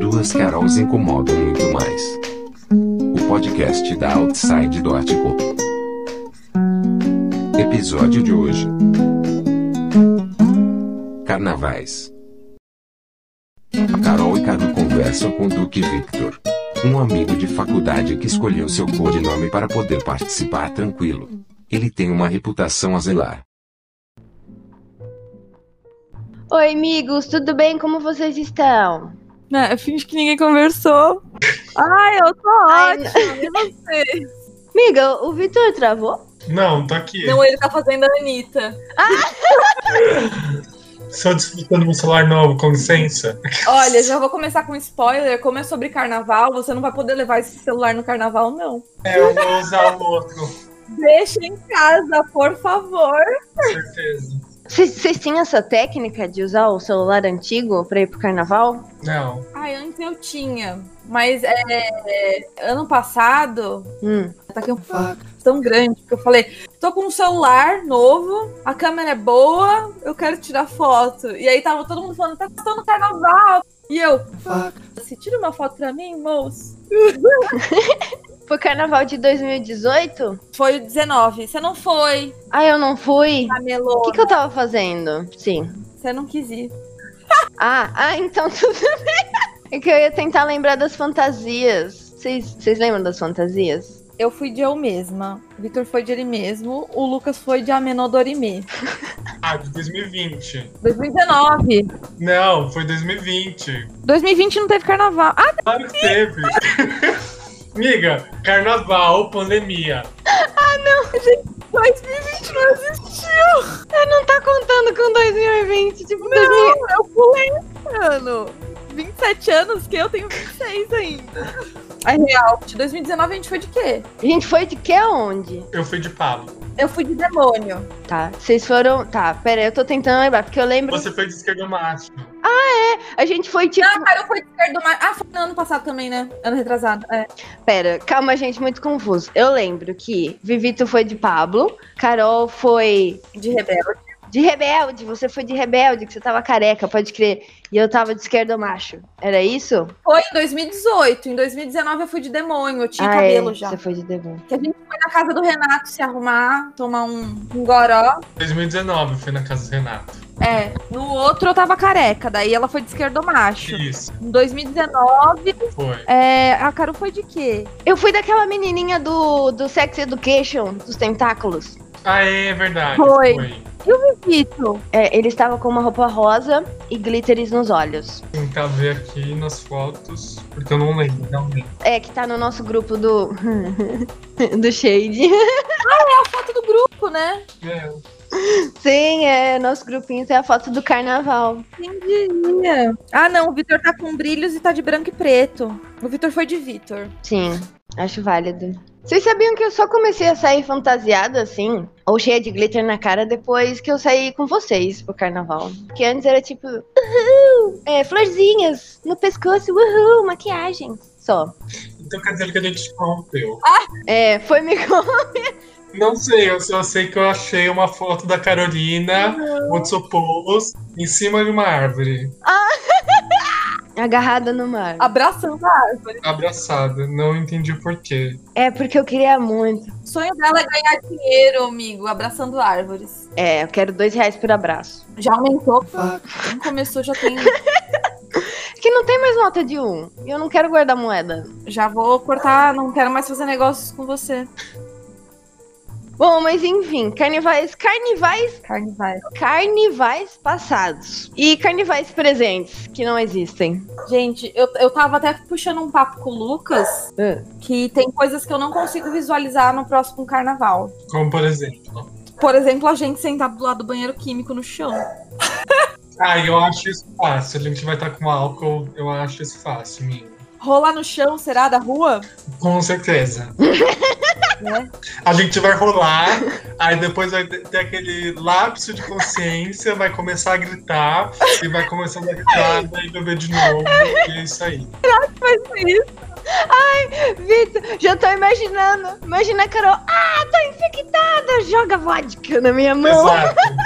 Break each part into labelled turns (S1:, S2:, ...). S1: Douglas Carol os incomodam muito mais. O podcast da Outside do Ático. Episódio de hoje. Carnavais. Carol e Cadu conversam com Duque Victor, um amigo de faculdade que escolheu seu codinome para poder participar tranquilo. Ele tem uma reputação a zelar.
S2: Oi, amigos, tudo bem? Como vocês estão?
S3: Né, finge que ninguém conversou. Ai, eu tô
S2: Ai,
S3: ótima. E você?
S2: Miga, o Vitor travou?
S4: Não, tá aqui.
S5: Não, ele tá fazendo a Anitta.
S4: Só desfrutando meu celular novo, com licença.
S5: Olha, já vou começar com spoiler. Como é sobre carnaval, você não vai poder levar esse celular no carnaval, não.
S4: É, eu vou usar o outro,
S5: Deixa em casa, por favor.
S4: com certeza.
S2: Vocês vocês têm essa técnica de usar o celular antigo pra ir pro carnaval?
S4: Não.
S5: Ai, antes eu tinha. Mas é, ano passado,
S2: Hum.
S5: tá aqui um fuck tão grande que eu falei: tô com um celular novo, a câmera é boa, eu quero tirar foto. E aí tava todo mundo falando: tá passando carnaval. E eu, fuck, você tira uma foto pra mim, moço?
S2: Foi carnaval de 2018?
S5: Foi o 19. Você não foi,
S2: Ah, eu não fui? O
S5: camelô.
S2: que, que eu tava fazendo? Sim.
S5: Você não quis ir.
S2: Ah, ah, então tudo bem. É que eu ia tentar lembrar das fantasias. Vocês vocês lembram das fantasias?
S5: Eu fui de eu mesma. O Vitor foi de ele mesmo. O Lucas foi de Amenodorime.
S4: Ah, de 2020.
S5: 2019.
S4: Não, foi 2020.
S3: 2020 não teve carnaval. Ah,
S4: Claro que teve. Miga, carnaval, pandemia.
S3: 2020 não existiu.
S2: Não tá contando com 2020, tipo,
S3: Não, eu pulei esse ano. 27 anos que eu tenho 26 ainda.
S5: É real. De 2019 a gente foi de quê?
S2: A gente foi de que aonde?
S4: Eu fui de Pablo.
S5: Eu fui de demônio.
S2: Tá, vocês foram. Tá, pera, aí, eu tô tentando lembrar, porque eu lembro.
S4: Você foi de esquerdomático.
S2: A gente foi tipo.
S5: Ah, cara, eu fui de esquerdo mar. Ah, foi no ano passado também, né? Ano retrasado. É.
S2: Pera, calma, gente, muito confuso. Eu lembro que Vivito foi de Pablo, Carol foi
S5: De rebelde.
S2: de Rebelde, você foi de Rebelde, que você tava careca, pode crer. E eu tava de esquerdo macho. Era isso?
S5: Foi em 2018. Em 2019 eu fui de demônio. Eu tinha
S2: Ah,
S5: cabelo
S2: é,
S5: já.
S2: Você foi de demônio.
S5: Que a gente foi na casa do Renato se arrumar, tomar um, um goró.
S4: 2019 eu fui na casa do Renato.
S5: É. No outro eu tava careca. Daí ela foi de esquerdo macho.
S4: Isso,
S5: Em 2019,
S4: foi.
S5: é, a Carol foi de quê?
S2: Eu fui daquela menininha do, do Sex Education, dos tentáculos.
S4: Ah, é, é verdade.
S5: Foi. Vitor.
S2: É, ele estava com uma roupa rosa e glitteres nos olhos.
S4: Tentar ver aqui nas fotos, porque eu não lembro, não lembro.
S2: É, que tá no nosso grupo do. do Shade.
S5: Foto do grupo, né?
S4: É,
S2: Sim, é, nosso grupinho tem a foto do carnaval.
S5: Entendi. Ah, não, o Vitor tá com brilhos e tá de branco e preto. O Vitor foi de Vitor.
S2: Sim, acho válido. Vocês sabiam que eu só comecei a sair fantasiada assim, ou cheia de glitter na cara, depois que eu saí com vocês pro carnaval. Porque antes era tipo, uhul, é, florzinhas no pescoço, uhul, maquiagem. Só.
S4: Então quer dizer que a gente rompeu.
S2: É, foi me.
S4: Não sei, eu só sei que eu achei uma foto da Carolina Motsopoulos em cima de uma árvore,
S2: agarrada no mar.
S5: Abraçando a árvore.
S4: abraçada. Não entendi porquê.
S2: É, porque eu queria muito.
S5: O sonho dela é ganhar dinheiro, amigo, abraçando árvores.
S2: É, eu quero dois reais por abraço.
S5: Já aumentou. Quando começou, já tem.
S2: Que não tem mais nota de um. E eu não quero guardar moeda.
S5: Já vou cortar, não quero mais fazer negócios com você.
S2: Bom, mas enfim, carnivais, carnivais
S5: Carnivais.
S2: carnivais passados e carnivais presentes que não existem.
S5: Gente, eu, eu tava até puxando um papo com o Lucas
S2: É.
S5: que tem coisas que eu não consigo visualizar no próximo carnaval.
S4: Como por exemplo.
S5: Por exemplo, a gente sentado do lado do banheiro químico no chão.
S4: Ah, eu acho isso fácil. A gente vai estar com álcool, eu acho isso fácil, minha.
S5: Rolar no chão, será da rua?
S4: Com certeza.
S5: Né?
S4: A gente vai rolar, aí depois vai ter aquele lapso de consciência, vai começar a gritar, e vai começar a dar gritada e beber de novo. E é isso aí.
S2: Vitor, já tô imaginando. Imagina a Carol, ah, tô infectada, joga vodka na minha mão.
S4: Exato.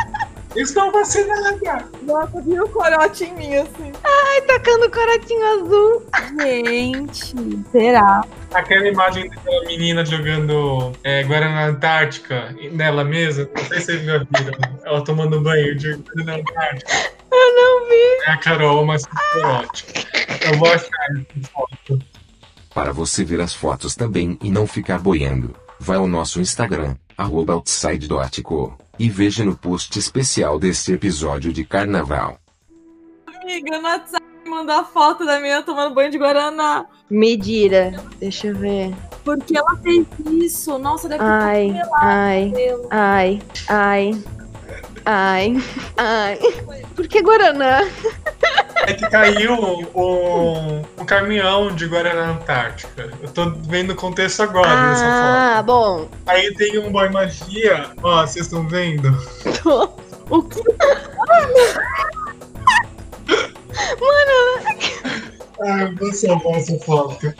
S4: Isso não vai ser nada.
S5: Nossa, viu o corote em mim, assim.
S2: Ai, tacando o corotinho azul.
S5: Gente, será?
S4: Aquela imagem daquela menina jogando é, Guarana Antártica nela mesma, não sei se vocês já viram. Ela tomando banho de Guarana Antártica.
S2: Eu não vi.
S4: É a Carol, mas erótica. Eu vou achar essa foto.
S1: Para você ver as fotos também e não ficar boiando, vai ao nosso Instagram, arroba outside.co, e veja no post especial deste episódio de carnaval.
S5: Amiga, no WhatsApp me mandou a foto da menina tomando banho de Guaraná.
S2: Medira. Deixa eu ver.
S5: Por que ela fez isso? Nossa, deve
S2: Ai,
S5: ter
S2: ai,
S5: cabelo.
S2: ai, ai, ai, ai. Por que Guaraná?
S4: É que caiu um, um caminhão de Guarana Antártica. Eu tô vendo o contexto agora dessa
S2: Ah, bom.
S4: foto. Aí tem um boy magia. Ó, vocês estão vendo?
S2: O que? Mano. Mano,
S4: Ah, eu vou salvar essa foto.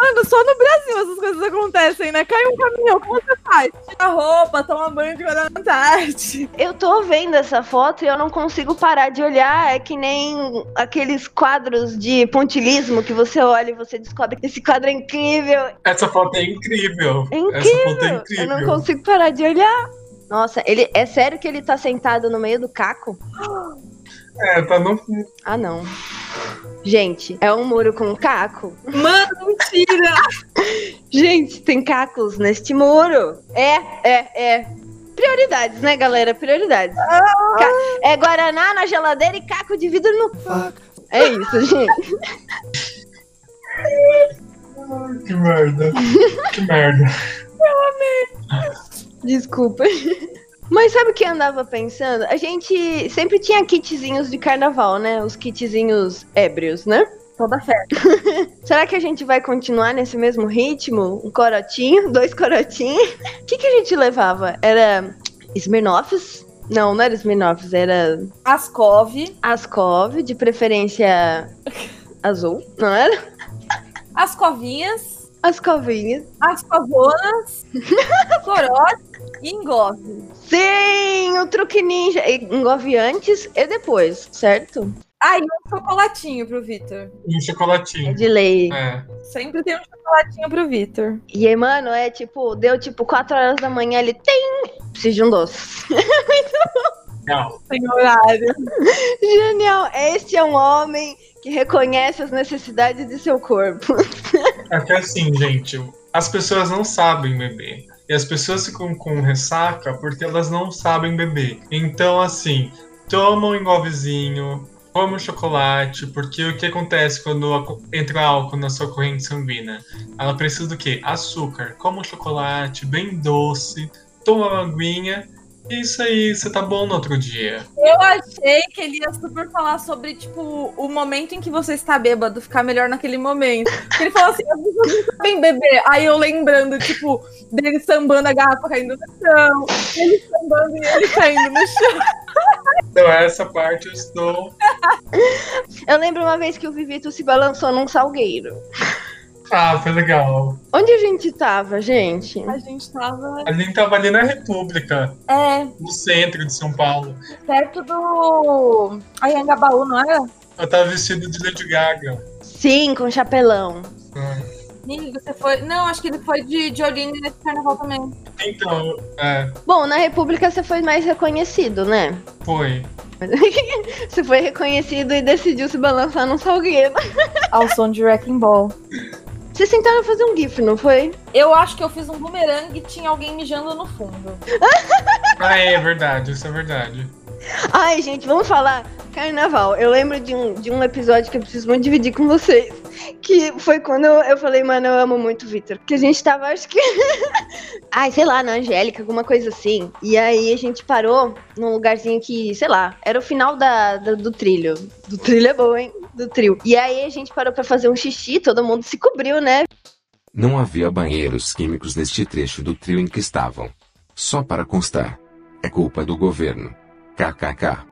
S3: Mano, só no Brasil essas coisas acontecem, né? Cai um caminhão, como você faz?
S5: Tira a roupa, toma banho de Guaraná Antártica.
S2: eu tô vendo essa foto e eu não consigo parar de olhar. É que nem aqueles quadros de pontilismo que você olha e você descobre que esse quadro é incrível.
S4: Essa foto é incrível.
S2: É incrível.
S4: Essa foto é
S2: Eu
S4: incrível.
S2: não consigo parar de olhar. Nossa, ele é sério que ele tá sentado no meio do caco?
S4: É, tá no
S2: Ah, não. Gente, é um muro com caco?
S5: Mano, mentira!
S2: Gente, tem cacos neste muro. É, é, é. Prioridades, né, galera? Prioridades. Ca- é Guaraná na geladeira e caco de vidro no. É isso, gente.
S4: Que merda. Que merda.
S2: Desculpa. Mas sabe o que eu andava pensando? A gente sempre tinha kitzinhos de carnaval, né? Os kitzinhos ébrios, né?
S5: Toda fé.
S2: Será que a gente vai continuar nesse mesmo ritmo? Um corotinho, dois corotinhos? O que, que a gente levava? Era Smirnoffs? Não, não era Smirnoffs, era
S5: Ascov.
S2: Ascov, de preferência azul, não era?
S5: As covinhas,
S2: Ascovinha.
S5: as covonas, corote e engove.
S2: Sim, o truque ninja. E Engove antes e depois, certo?
S5: Ah, e um chocolatinho pro Vitor.
S4: E um
S2: É
S4: chocolatinho.
S2: de lei.
S4: É.
S5: Sempre tem um chocolatinho pro Vitor.
S2: E aí, mano, é tipo, deu tipo 4 horas da manhã, ele tem. Preciso de um doce.
S4: Não.
S5: Tem horário.
S2: Genial! Este é um homem que reconhece as necessidades de seu corpo.
S4: É que assim, gente, as pessoas não sabem beber. E as pessoas ficam com ressaca porque elas não sabem beber. Então, assim, tomam um engovezinho, comam chocolate, porque o que acontece quando aco- entra álcool na sua corrente sanguínea? Ela precisa do quê? Açúcar. Coma um chocolate bem doce, toma uma aguinha. e Isso aí, você tá bom no outro dia.
S5: Eu achei que ele ia super falar sobre, tipo, o momento em que você está bêbado, ficar melhor naquele momento. Porque ele falou assim, as pessoas não sabem beber. Aí eu lembrando, tipo, dele sambando a garrafa caindo no chão, ele sambando e ele caindo no chão.
S4: Então, essa parte eu estou
S2: Eu lembro uma vez que o Vivito se balançou num salgueiro.
S4: Ah, foi legal.
S2: Onde a gente tava, gente?
S5: A gente tava.
S4: A gente tava ali na República,
S5: É,
S4: no centro de São Paulo.
S5: perto do. Ayangabaú, não era?
S4: Eu tava vestido de Lady Gaga.
S2: Sim, com chapelão.
S4: né?
S5: Ih, você foi. Não, acho que ele foi de, de Oline nesse carnaval também.
S4: Então, é,
S2: Bom, na República você foi mais reconhecido, né?
S4: foi.
S2: Você foi reconhecido e decidiu se balançar num salgueiro.
S5: Ao som de Wrecking Ball.
S2: Vocês tentaram fazer um gif, não foi?
S5: Eu acho que eu fiz um bumerangue e tinha alguém mijando no fundo.
S4: Ah, é verdade, isso é verdade.
S2: Ai, gente, vamos falar carnaval. Eu lembro de um, de um episódio que eu preciso muito dividir com vocês. Que foi quando eu, eu falei, mano, eu amo muito o Victor. Que a gente tava, acho que. Ai, sei lá, na Angélica, alguma coisa assim. E aí a gente parou num lugarzinho que, sei lá, era o final da, da- do trilho. Do trilho é bom, hein? Do trio. E aí a gente parou pra fazer um xixi, todo mundo se cobriu, né?
S1: Não havia banheiros químicos neste trecho do trio em que estavam. Só para constar. É culpa do governo. KKK.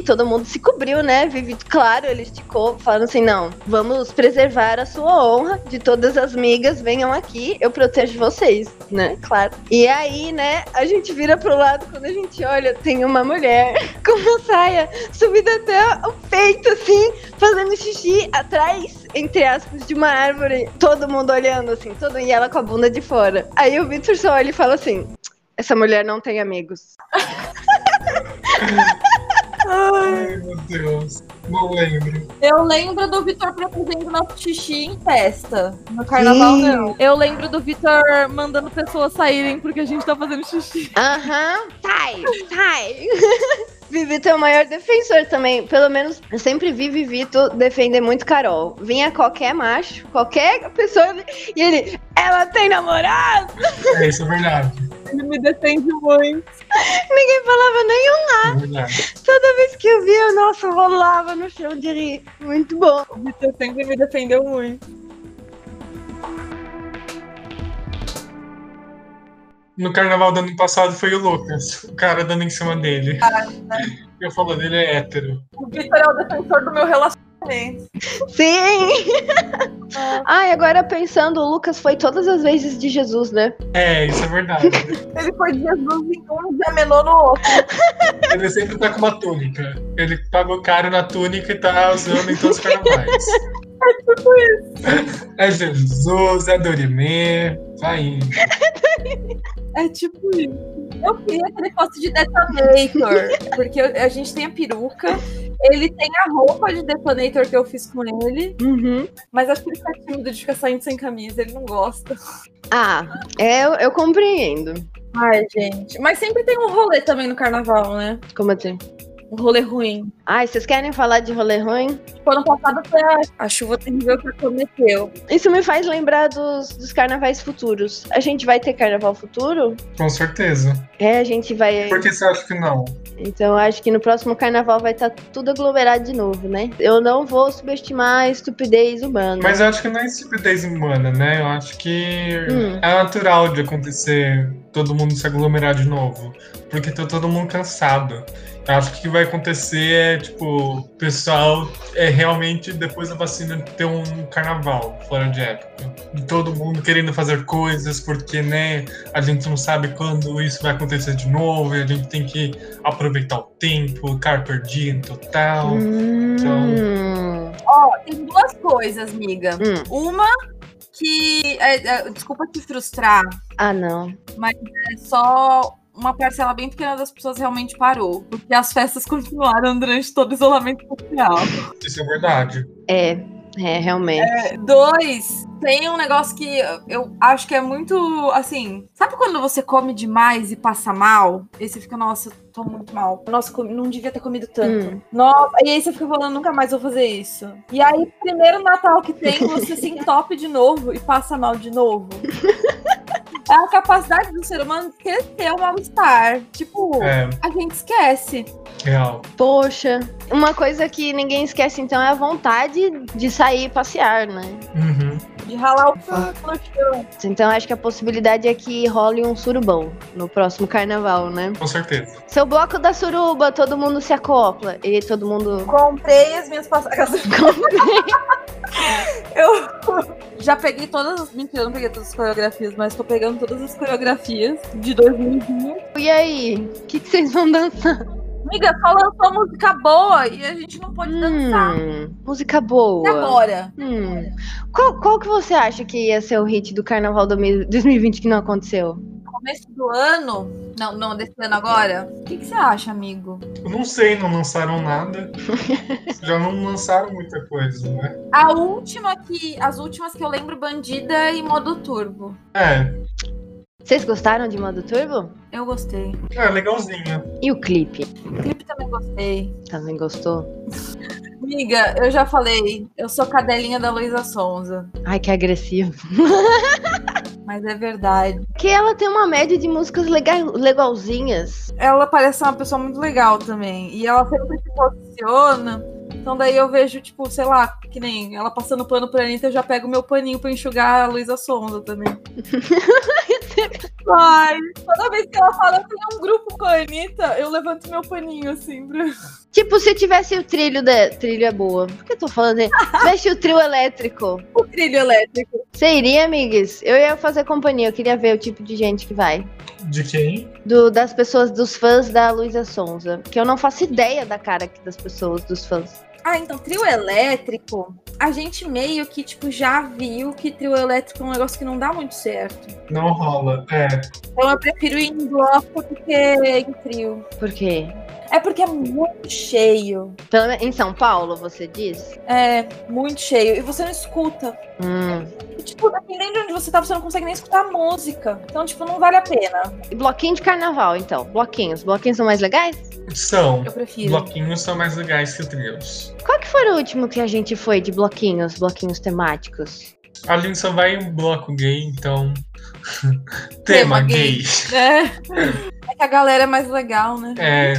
S2: E todo mundo se cobriu, né? Vivi, claro, ele esticou, falando assim: não, vamos preservar a sua honra de todas as migas, venham aqui, eu protejo vocês, né? Claro. E aí, né, a gente vira pro lado, quando a gente olha, tem uma mulher com uma saia subida até o peito, assim, fazendo xixi atrás, entre aspas, de uma árvore. Todo mundo olhando, assim, todo e ela com a bunda de fora. Aí o Victor só olha e fala assim: essa mulher não tem amigos.
S4: Ai, meu Deus. Não lembro.
S5: Eu lembro do Vitor produzindo nosso xixi em festa. No carnaval,
S2: Sim.
S5: não.
S3: Eu lembro do Vitor mandando pessoas saírem porque a gente tá fazendo xixi.
S2: Aham, sai, sai. Vivito é o maior defensor também. Pelo menos eu sempre vi Vivito defender muito Carol. Vinha qualquer macho, qualquer pessoa, e ele, ela tem namorado?
S4: É, isso é verdade.
S5: Ele me defende muito.
S2: Ninguém falava nenhum.
S4: É verdade.
S2: Toda vez que eu via, eu, nossa, rolava no chão de rir. Muito bom.
S5: O Vitor sempre me defendeu muito.
S4: No carnaval do ano passado foi o Lucas. O cara dando em cima dele. Eu falo dele é hétero.
S5: O Vitor é o defensor do meu relacionamento.
S2: Sim!
S5: É.
S2: Ai, agora pensando, o Lucas foi todas as vezes de Jesus, né?
S4: É, isso é verdade.
S5: Ele foi de Jesus em um e amenou no outro.
S4: Ele sempre tá com uma túnica. Ele pagou caro na túnica e tá usando em todos os carnavais. É Jesus, é tá Dorimê, vai indo.
S5: É tipo isso. Eu queria que ele fosse de Detonator, porque eu- a gente tem a peruca, ele tem a roupa de Detonator que eu fiz com ele,
S2: Uhum.
S5: mas acho que ele tá tímido de ficar saindo sem camisa, ele não gosta.
S2: Ah, é, eu, eu compreendo.
S5: Ai, gente. Mas sempre tem um rolê também no carnaval, né?
S2: Como assim?
S5: Um rolê ruim.
S2: Ai, vocês querem falar de rolê ruim?
S5: Tipo, ano passado foi a, a chuva terrível que acometeu.
S2: Isso me faz lembrar dos, dos carnavais futuros. A gente vai ter carnaval futuro?
S4: Com certeza.
S2: É, a gente vai.
S4: Por que você acha que não?
S2: Então acho que no próximo carnaval vai estar tudo aglomerado de novo, né? Eu não vou subestimar a estupidez humana.
S4: Mas eu acho que não é estupidez humana, né? Eu acho que
S2: Hum.
S4: é natural de acontecer todo mundo se aglomerar de novo. Porque tá todo mundo cansado. Eu acho que o que vai acontecer é, tipo, o pessoal é realmente, depois da vacina, ter um carnaval fora de época. E todo mundo querendo fazer coisas, porque, né, a gente não sabe quando isso vai acontecer de novo, e a gente tem que aproveitar o tempo, carpe diem total.
S2: Hum.
S5: Ó, tem duas coisas, miga.
S2: Hum.
S5: Uma que. é, é, desculpa te frustrar,
S2: Ah, não.
S5: é só uma parcela bem pequena das pessoas realmente parou. Porque as festas continuaram durante todo o isolamento social.
S4: Isso é verdade.
S2: É, é, realmente.
S5: Dois, tem um negócio que eu acho que é muito assim. Sabe quando você come demais e passa mal? E aí você fica, nossa, eu tô muito mal. Nossa, comi- não devia ter comido tanto.
S2: Hum.
S5: Nossa, e aí você fica falando, nunca mais vou fazer isso. E aí, primeiro Natal que tem, você se entope de novo e passa mal de novo. É A capacidade do ser humano de crescer o mal-estar. Tipo,
S4: É,
S5: a gente esquece.
S4: real.
S2: Poxa. Uma coisa que ninguém esquece, então, é a vontade de sair e passear, né?
S4: Uhum.
S5: De ralar o fundo no chão.
S2: Então acho que a possibilidade é que role um surubão no próximo carnaval, né?
S4: Com certeza.
S2: Seu bloco da suruba, todo mundo se acopla. E todo mundo.
S5: Comprei as minhas passagens. Eu já peguei todas as. Mentira, eu não peguei todas as coreografias, mas tô pegando todas as coreografias de 2020.
S2: E aí? O que, que vocês vão dançar?
S5: Amiga, só lançou música boa e a gente não pode dançar. Tá
S2: Hum, música
S5: E
S2: boa.
S5: agora?
S2: Hum. Qual, qual que você acha que ia ser o hit do carnaval do mi- 2020 que não aconteceu?
S5: Começo do ano? Não, não, desse ano agora? O que, que você acha, amigo?
S4: Eu não sei, não lançaram nada. Já não lançaram muita coisa, né?
S5: A última que. As últimas que eu lembro, bandida e modo turbo.
S4: É,
S2: Vocês gostaram de modo turbo?
S5: Eu gostei.
S4: é legalzinho.
S2: E o clipe?
S5: O clipe também gostei.
S2: Também gostou?
S5: Amiga, eu já falei, eu sou cadelinha da Luísa Sonza,
S2: Ai, que agressivo.
S5: mas é verdade.
S2: Que ela tem uma média de músicas legal, legalzinhas.
S5: Ela parece uma pessoa muito legal também, e ela sempre se posiciona. Então daí eu vejo, tipo, sei lá, que nem ela passando pano pra Anitta, eu já pego meu paninho pra enxugar a Luísa Sonza também.
S2: Esse
S5: Ai, toda vez que ela fala que tem um grupo com a Anitta, eu levanto meu paninho assim. pra-
S2: Tipo, se tivesse o trilho da. Trilho é boa. Por que eu tô falando dele? Se tivesse o trio elétrico,
S5: O trilho elétrico.
S2: você iria, amigues? Eu ia fazer companhia, eu queria ver o tipo de gente que vai.
S4: De quem?
S2: Do- das pessoas, dos fãs da Luísa Sonza. Que eu não faço ideia da cara que- das pessoas, dos fãs.
S5: Ah, então, trio elétrico, a gente meio que, tipo, já viu que trio elétrico é um negócio que não dá muito certo.
S4: Não rola. É.
S5: Então eu prefiro ir em bloco do que em trio.
S2: Por quê?
S5: É porque é muito cheio.
S2: Pelo menos em São Paulo, você diz?
S5: É, muito cheio. E você não escuta.
S2: Hum.
S5: E, tipo, dependendo de onde você tá, você não consegue nem escutar a música. Então, tipo, não vale a pena.
S2: E bloquinho de carnaval, então. Bloquinhos. Bloquinhos são mais legais?
S4: São.
S5: Eu prefiro.
S4: Bloquinhos são mais legais que trios.
S2: Qual que foi o último que a gente foi de bloquinhos, bloquinhos temáticos?
S4: A Lin só vai em bloco gay, então.
S5: Tema
S4: Tema
S5: gay.
S4: gay.
S5: É. É que a galera é mais legal, né?
S4: É,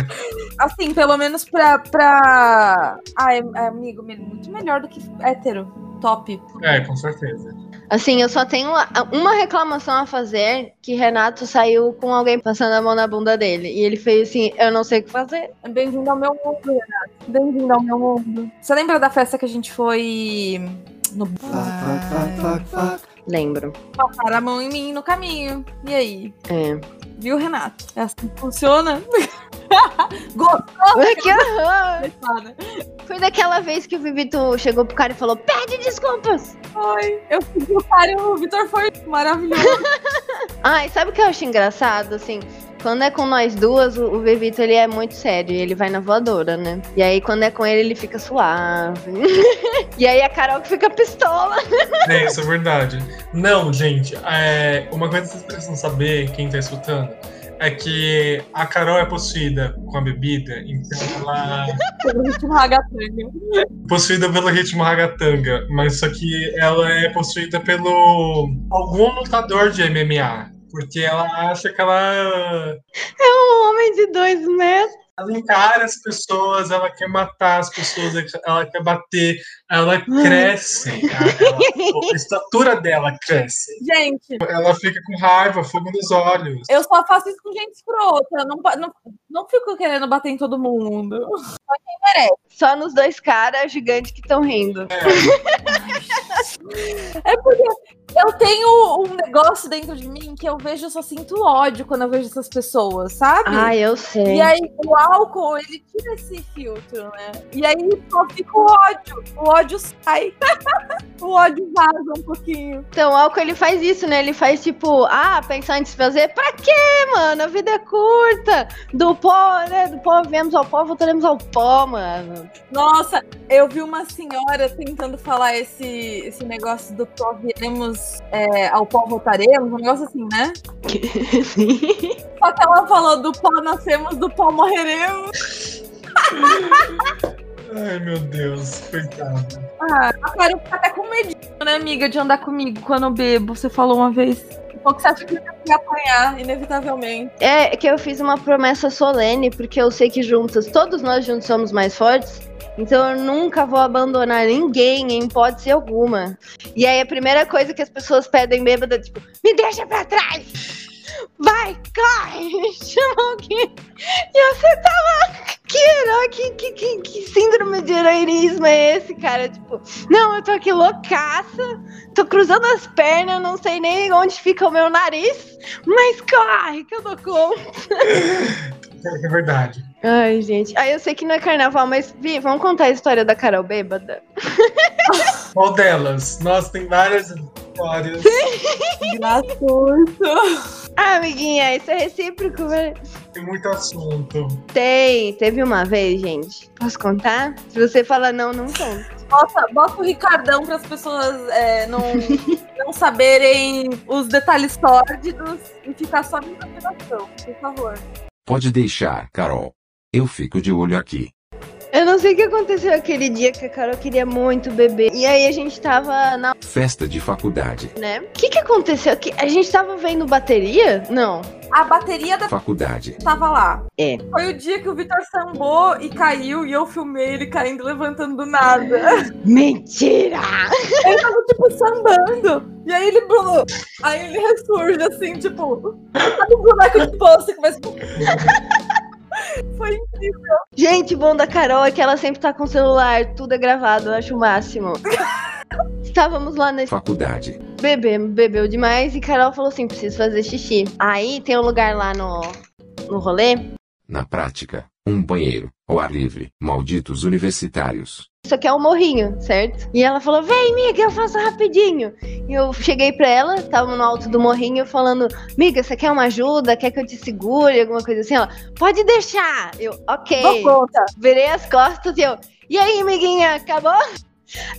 S5: Assim, pelo menos pra. pra... Ai, amigo, me- muito melhor do que hétero. Top.
S4: é, com certeza.
S2: Assim, eu só tenho uma- uma reclamação a fazer, que Renato saiu com alguém passando a mão na bunda dele. E ele fez assim, eu não sei o que fazer.
S5: Bem-vindo ao meu mundo, Renato. Bem-vindo ao meu mundo. Você lembra da festa que a gente foi no
S2: Lembro.
S5: Passaram a mão em mim no caminho. E aí?
S2: É.
S5: Viu, Renato? É assim que funciona? Gostou,
S2: Que horror!
S5: cara?
S2: Foi daquela vez que o Vivito chegou pro cara e falou, pede desculpas!
S5: Foi. Eu segui o cara e o Vitor foi maravilhoso.
S2: Ai, sabe o que eu acho engraçado, assim... Quando é com nós duas, o o Vivito, ele é muito sério. e Ele vai na voadora, né? E aí, quando é com ele, ele fica suave. e aí, a Carol que fica pistola.
S4: É, isso é verdade. Não, gente, é, uma coisa que vocês precisam saber, quem tá escutando, é que a Carol é possuída com a bebida, então ela é
S5: Pelo ritmo ragatanga.
S4: possuída pelo ritmo ragatanga, mas só que ela é possuída pelo algum lutador de MMA, porque ela acha que ela,
S2: um homem de dois metros.
S4: ela encara as pessoas, ela quer matar as pessoas, ela quer bater, ela cresce, ela- a estatura dela cresce.
S5: Gente,
S4: Ela fica com raiva, fogo nos olhos.
S5: eu só faço isso com gente escrota. Não, pa- não, não fico querendo bater em todo mundo.
S2: Só nos dois caras gigantes que estão rindo.
S5: É porque eu tenho um negócio dentro de mim que eu vejo, eu só sinto ódio quando eu vejo essas pessoas, sabe?
S2: Ah, eu sei.
S5: E aí, o álcool, ele tira esse filtro, né? E aí só fica o ódio. O ódio sai. o ódio vaza um pouquinho.
S2: Então, o álcool ele faz isso, né? Ele faz tipo, ah, pensar antes de fazer. Pra quê, mano? A vida é curta. Do pó, né? Do pó viemos ao pó, voltaremos ao pó, mano.
S5: Nossa, eu vi uma senhora tentando falar esse, esse negócio do pó viemos, é, ao pó voltaremos, um negócio assim, né? Só que ela falou do pó nascemos, do pó morreremos.
S4: Ai, meu Deus, coitada.
S5: Ah, a Carol fica até com medinho, né, amiga, de andar comigo quando eu bebo. Você falou uma vez. Qual que você acha que eu ia apanhar, inevitavelmente?
S2: É que eu fiz uma promessa solene, porque eu sei que juntas, todos nós juntos somos mais fortes. Então eu nunca vou abandonar ninguém, em hipótese alguma. E aí a primeira coisa que as pessoas pedem bêbada é tipo, me deixa pra trás! Vai, corre! Chama alguém! E você tá lá! Que herói, que, que, que, que síndrome de heroísmo é esse, cara? Tipo, não, eu tô aqui loucaça, tô cruzando as pernas, eu não sei nem onde fica o meu nariz, mas corre que eu dou conta!
S4: É verdade.
S2: Ai, gente. Aí eu sei que não é carnaval, mas Vi, vamos contar a história da Carol bêbada?
S4: Qual delas? Nossa, tem várias histórias.
S5: Gratuito.
S2: Ah, amiguinha, isso é recíproco, velho.
S4: Tem muito assunto.
S2: Tem, teve uma vez, gente. Posso contar? Se você falar não, não conto.
S5: Bota, bota o Ricardão para as pessoas é, não, não saberem os detalhes sórdidos e ficar só na imaginação, por favor.
S1: Pode deixar, Carol. Eu fico de olho aqui.
S2: Eu não sei o que aconteceu aquele dia que a Carol queria muito beber. E aí a gente tava na,
S1: Festa de faculdade.
S2: né? O que que aconteceu? Que a gente tava vendo bateria? Não.
S5: A bateria da
S1: Faculdade.
S5: tava lá.
S2: É.
S5: Foi o dia que o Vitor sambou e caiu e eu filmei ele caindo levantando do nada.
S2: Mentira!
S5: Ele tava tipo sambando. E aí ele blum, Aí ele ressurge assim, tipo, sabe o boneco de posto que vai Foi incrível.
S2: Gente, o bom da Carol é que ela sempre tá com o celular, tudo é gravado, eu acho o máximo. Estávamos lá na
S1: Faculdade.
S2: bebemos, bebeu demais e Carol falou assim: preciso fazer xixi. Aí tem um lugar lá no, no rolê.
S1: Na prática. Um banheiro. Ao ar livre. Malditos universitários.
S2: Isso aqui é um morrinho, certo? E ela falou: vem, miga, eu faço rapidinho. E eu cheguei pra ela, tava no alto do morrinho, falando: miga, você quer uma ajuda? Quer que eu te segure? Alguma coisa assim? Ela: pode deixar. Eu, ok.
S5: Dou conta.
S2: virei as costas e eu, e aí, amiguinha, acabou?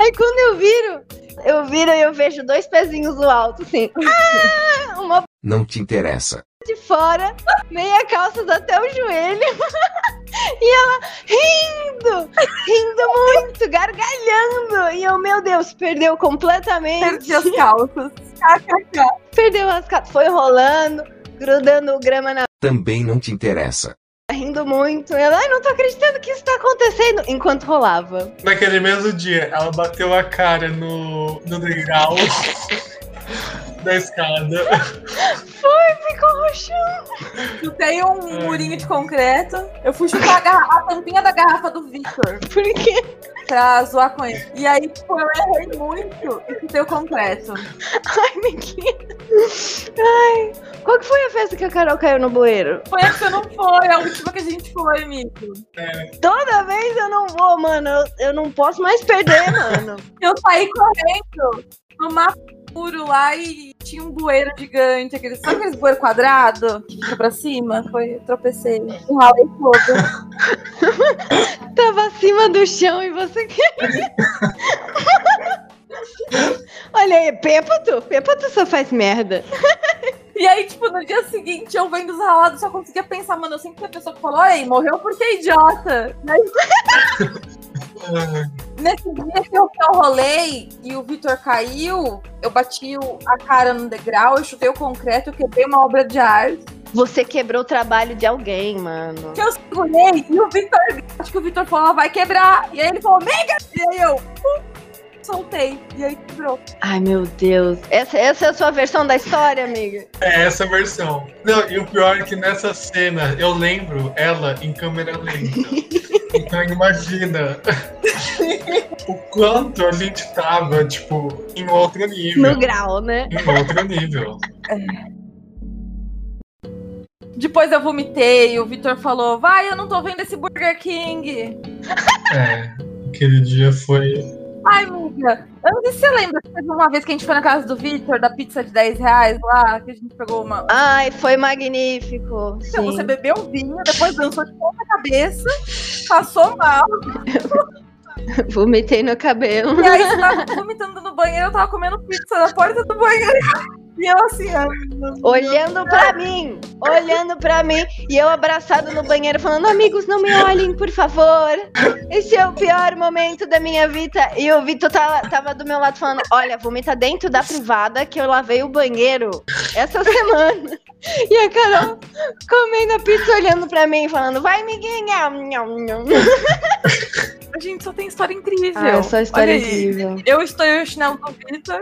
S2: Aí quando eu viro, eu viro e eu vejo dois pezinhos no alto, assim. Ah, uma
S1: Não te interessa.
S2: de fora, meia calça até o joelho. E ela rindo, rindo muito, gargalhando. E eu, meu Deus, perdeu completamente.
S5: Perdi as calças. KKK.
S2: Perdeu as calças, foi rolando, grudando o grama na
S1: Também não te interessa.
S2: rindo muito. Ela, ai, não tô acreditando que isso tá acontecendo. Enquanto rolava.
S4: Naquele mesmo dia, ela bateu a cara no, no degrau da escada.
S2: Foi, ficou roxo.
S5: Chutei um murinho de concreto. Eu fui chutar a, garra- a tampinha da garrafa do Vitor
S2: Por quê?
S5: pra zoar com ele. E aí, tipo, eu errei muito e chutei o concreto.
S2: Ai, menina. Ai. Qual que foi a festa que a Carol caiu no bueiro?
S5: Foi a que você não foi, a última que a gente foi, amigo.
S2: Toda vez eu não vou, mano. Eu, eu não posso mais perder, mano.
S5: Eu saí correndo no mapa puro lá e tinha um bueiro gigante. Aquele, sabe aqueles bueiro quadrado que fica pra cima? Foi, tropecei. Eu ralei todo.
S2: Tava acima do chão e você queria. Olha aí, Pepato. Pepato só faz merda.
S5: E aí, tipo, no dia seguinte, eu vendo os ralados, só conseguia pensar, mano, eu sempre fui a pessoa que falou, ei, morreu porque é idiota. Mas Nesse dia que eu, que eu rolei e o Vitor caiu, eu bati o- a cara no degrau, eu chutei o concreto, eu quebrei uma obra de arte.
S2: Você quebrou o trabalho de alguém, mano.
S5: Que eu segurei e o Vitor, acho que o Vitor falou, "Ela vai quebrar. E aí ele falou, mega! E aí eu, pum, soltei. E aí quebrou.
S2: Ai, meu Deus. Essa, essa é a sua versão da história, amiga?
S4: É essa a versão. Não, e o pior é que nessa cena eu lembro ela em câmera lenta. Então imagina o quanto a gente tava, tipo, em outro
S2: No
S4: nível.
S2: grau, né?
S4: Em outro nível.
S5: Depois eu vomitei, o Vitor falou, vai, eu não tô vendo esse Burger King.
S4: É, aquele dia foi.
S5: Ai, amiga, eu não sei se você lembra, que teve uma vez que a gente foi na casa do Vitor, da pizza de 10 reais lá, que a gente pegou uma,
S2: Ai, foi magnífico.
S5: Então,
S2: sim.
S5: você bebeu vinho, depois dançou de ponta cabeça, passou mal,
S2: Vomitei no cabelo.
S5: e aí você tava vomitando no banheiro, eu tava comendo pizza na porta do banheiro. E eu assim, ah,
S2: Olhando pra mim, olhando pra mim, e eu abraçado no banheiro falando: "Amigos, não me olhem, por favor. Esse é o pior momento da minha vida". E o Vitor tava, tá, tava do meu lado falando: "Olha, vomita dentro da privada que eu lavei o banheiro essa semana". E a Carol comendo a pizza olhando pra mim falando: "Vai, amiguinha". Nham, nham.
S5: gente, só tem história incrível.
S2: Ah, essa história
S5: Olha aí.
S2: incrível.
S5: Eu estou o chinelo do Vitor.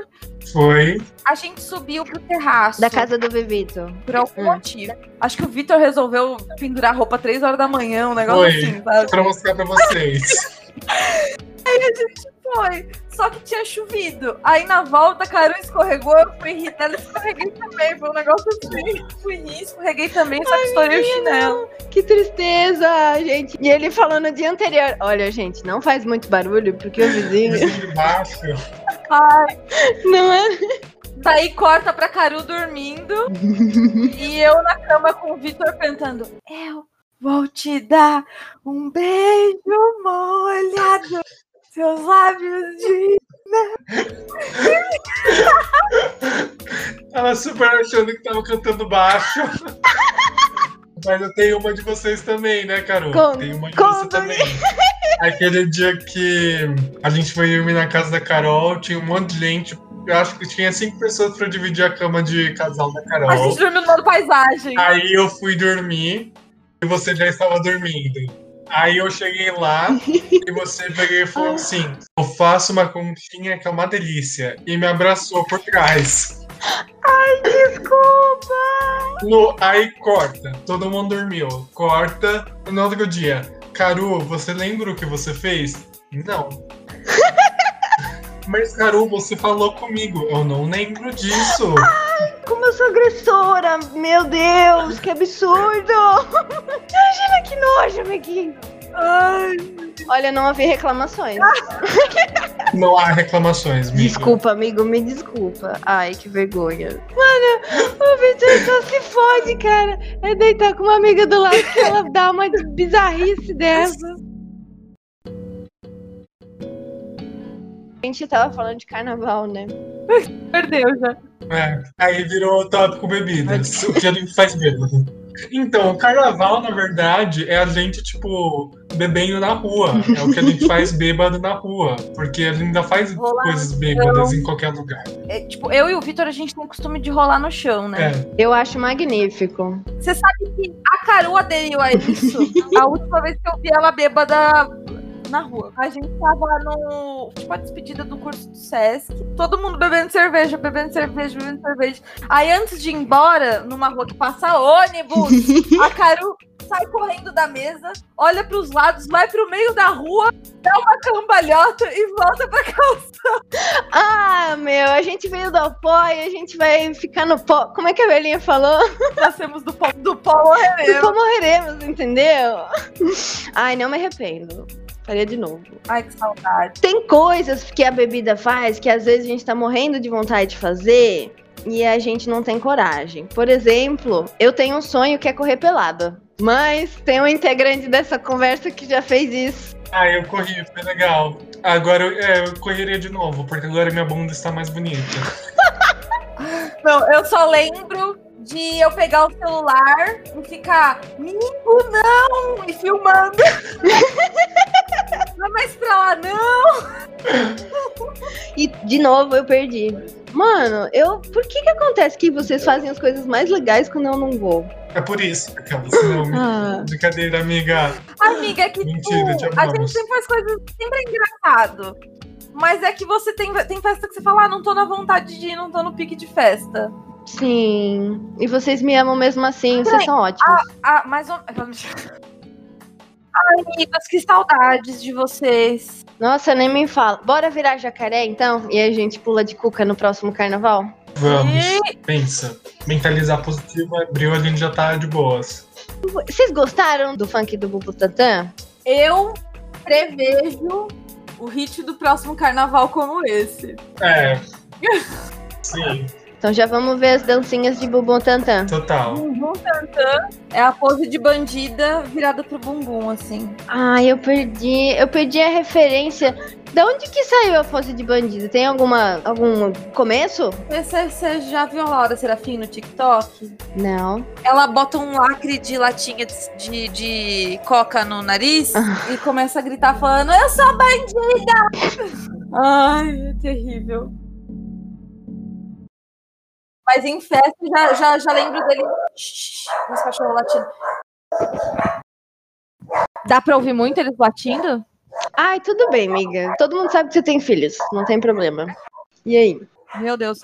S4: Foi.
S5: A gente subiu pro terraço.
S2: Da casa do Vivito.
S5: Por algum
S2: Hum.
S5: motivo. Acho que o Vitor resolveu pendurar a roupa três horas da manhã, um negócio
S4: Foi.
S5: assim, sabe?
S4: Pra mostrar pra vocês.
S5: Foi. Só que tinha chovido. Aí na volta, a Carol escorregou, eu fui rir dela, escorreguei também. Foi um negócio assim. Fui rir, escorreguei também, só que estourei o chinelo.
S2: Que tristeza, gente. E ele falou no dia anterior: Olha, gente, não faz muito barulho, porque o vizinho.
S4: Isso de baixo.
S2: Não é?
S5: Daí corta pra Carol dormindo. e eu na cama com o Vitor cantando. Eu vou te dar um beijo molhado. Seus lábios de.
S4: Ela super achando que tava cantando baixo. Mas eu tenho uma de vocês também, né, Carol?
S2: Conta,
S4: Tem uma de
S2: conta.
S4: você também. Aquele dia que a gente foi dormir na casa da Carol, tinha um monte de gente. Eu acho que tinha cinco pessoas pra dividir a cama de casal da
S5: A gente
S4: Carol.
S5: dormiu no modo paisagem.
S4: Aí eu fui dormir e você já estava dormindo. Aí eu cheguei lá e você peguei e falou assim: Eu faço uma conchinha que é uma delícia. E me abraçou por trás.
S2: Desculpa!
S4: No, aí corta. Todo mundo dormiu. Corta. No outro dia. Caru, você lembra o que você fez? Não. Mas, Caru, você falou comigo. Eu não lembro disso.
S2: Como eu sou agressora! Meu Deus, que absurdo! Imagina que nojo, Meguinho!
S5: Ai,
S2: Olha, não havia reclamações.
S4: Não há reclamações, amigo.
S2: Desculpa, amigo, me desculpa. Ai, que vergonha. Mano, o Vitor só se fode, cara. É deitar com uma amiga do lado que ela dá uma bizarrice dessa. A gente tava falando de carnaval, né?
S5: perdeu já.
S4: É, aí virou tópico bebidas, o que a gente faz bêbado. Então, o carnaval, na verdade, é a gente, tipo, bebendo na rua. É o que a gente faz bêbado na rua. Porque a gente ainda faz
S5: Rolar
S4: coisas bêbadas em qualquer lugar.
S5: É, tipo, eu e o Vitor, a gente tem o costume de rolar no chão, né?
S4: É.
S2: Eu acho magnífico.
S5: Você sabe que a Caru um aderiu a isso. a última vez que eu vi ela bêbada na rua. A gente tava no. Tipo, a despedida do curso do Sesc. Todo mundo bebendo cerveja, bebendo cerveja, bebendo cerveja. Aí antes de ir embora, numa rua que passa ônibus, a Caru sai correndo da mesa, olha pros lados, vai pro meio da rua, dá uma cambalhota e volta pra calça.
S2: Ah, meu, a gente veio do pó e a gente vai ficar no pó. Como é que a velhinha falou?
S5: Nascemos do pau, do é pau ao
S2: Do
S5: relevo.
S2: pó morreremos, entendeu? Ai, não me arrependo. Faria de novo.
S5: Ai, que saudade.
S2: Tem coisas que a bebida faz que às vezes a gente tá morrendo de vontade de fazer e a gente não tem coragem. Por exemplo, eu tenho um sonho que é correr pelada. Mas tem um integrante dessa conversa que já fez isso.
S4: Ah, eu corri, foi legal. Agora eu, é, eu correria de novo, porque agora minha bunda está mais bonita.
S5: Não, eu só lembro de eu pegar o celular e ficar, Mingo, não! E filmando. não mais pra lá, não!
S2: E de novo eu perdi. Mano, eu. Por que que acontece que vocês fazem as coisas mais legais quando eu não vou?
S4: É por isso, aquela senão.
S2: Ah.
S4: Brincadeira, amiga.
S5: Amiga, é que tipo,
S4: Mentira, te
S5: a
S4: amamos.
S5: gente sempre faz coisas sempre é engraçado. Mas é que você tem, tem festa que você fala, ah, não tô na vontade de ir, não tô no pique de festa.
S2: Sim. E vocês me amam mesmo assim, vocês
S5: Peraí,
S2: são ótimos.
S5: Ah, mais um. Amigas, que saudades de vocês.
S2: Nossa, nem me fala. Bora virar jacaré então? E a gente pula de cuca no próximo carnaval?
S4: Vamos,
S5: E
S4: pensa. Mentalizar positivo, abriu, a gente já tá de boas.
S2: Vocês gostaram do funk do Bubu Tantan?
S5: eu prevejo o hit do próximo carnaval como esse.
S4: É. Sim,
S2: Então já vamos ver as dancinhas de Bubu Tantan.
S4: total.
S5: Bumbum Tantan é a pose de bandida virada pro bumbum, assim.
S2: Ah, eu perdi. Eu perdi a referência. Da onde que saiu a pose de bandido? Tem alguma algum começo?
S5: Você, você já viu a Laura Serafim no TikTok?
S2: Não.
S5: Ela bota um lacre de latinha de, de- de coca no nariz e começa a gritar falando, eu sou bandida! Ai, é terrível. Mas em festa, já, já, já lembro dele... Os cachorros latindo. Dá pra ouvir muito eles latindo?
S2: Ai, tudo bem, amiga. Todo mundo sabe que você tem filhos. Não tem problema. E aí?
S5: Meu Deus.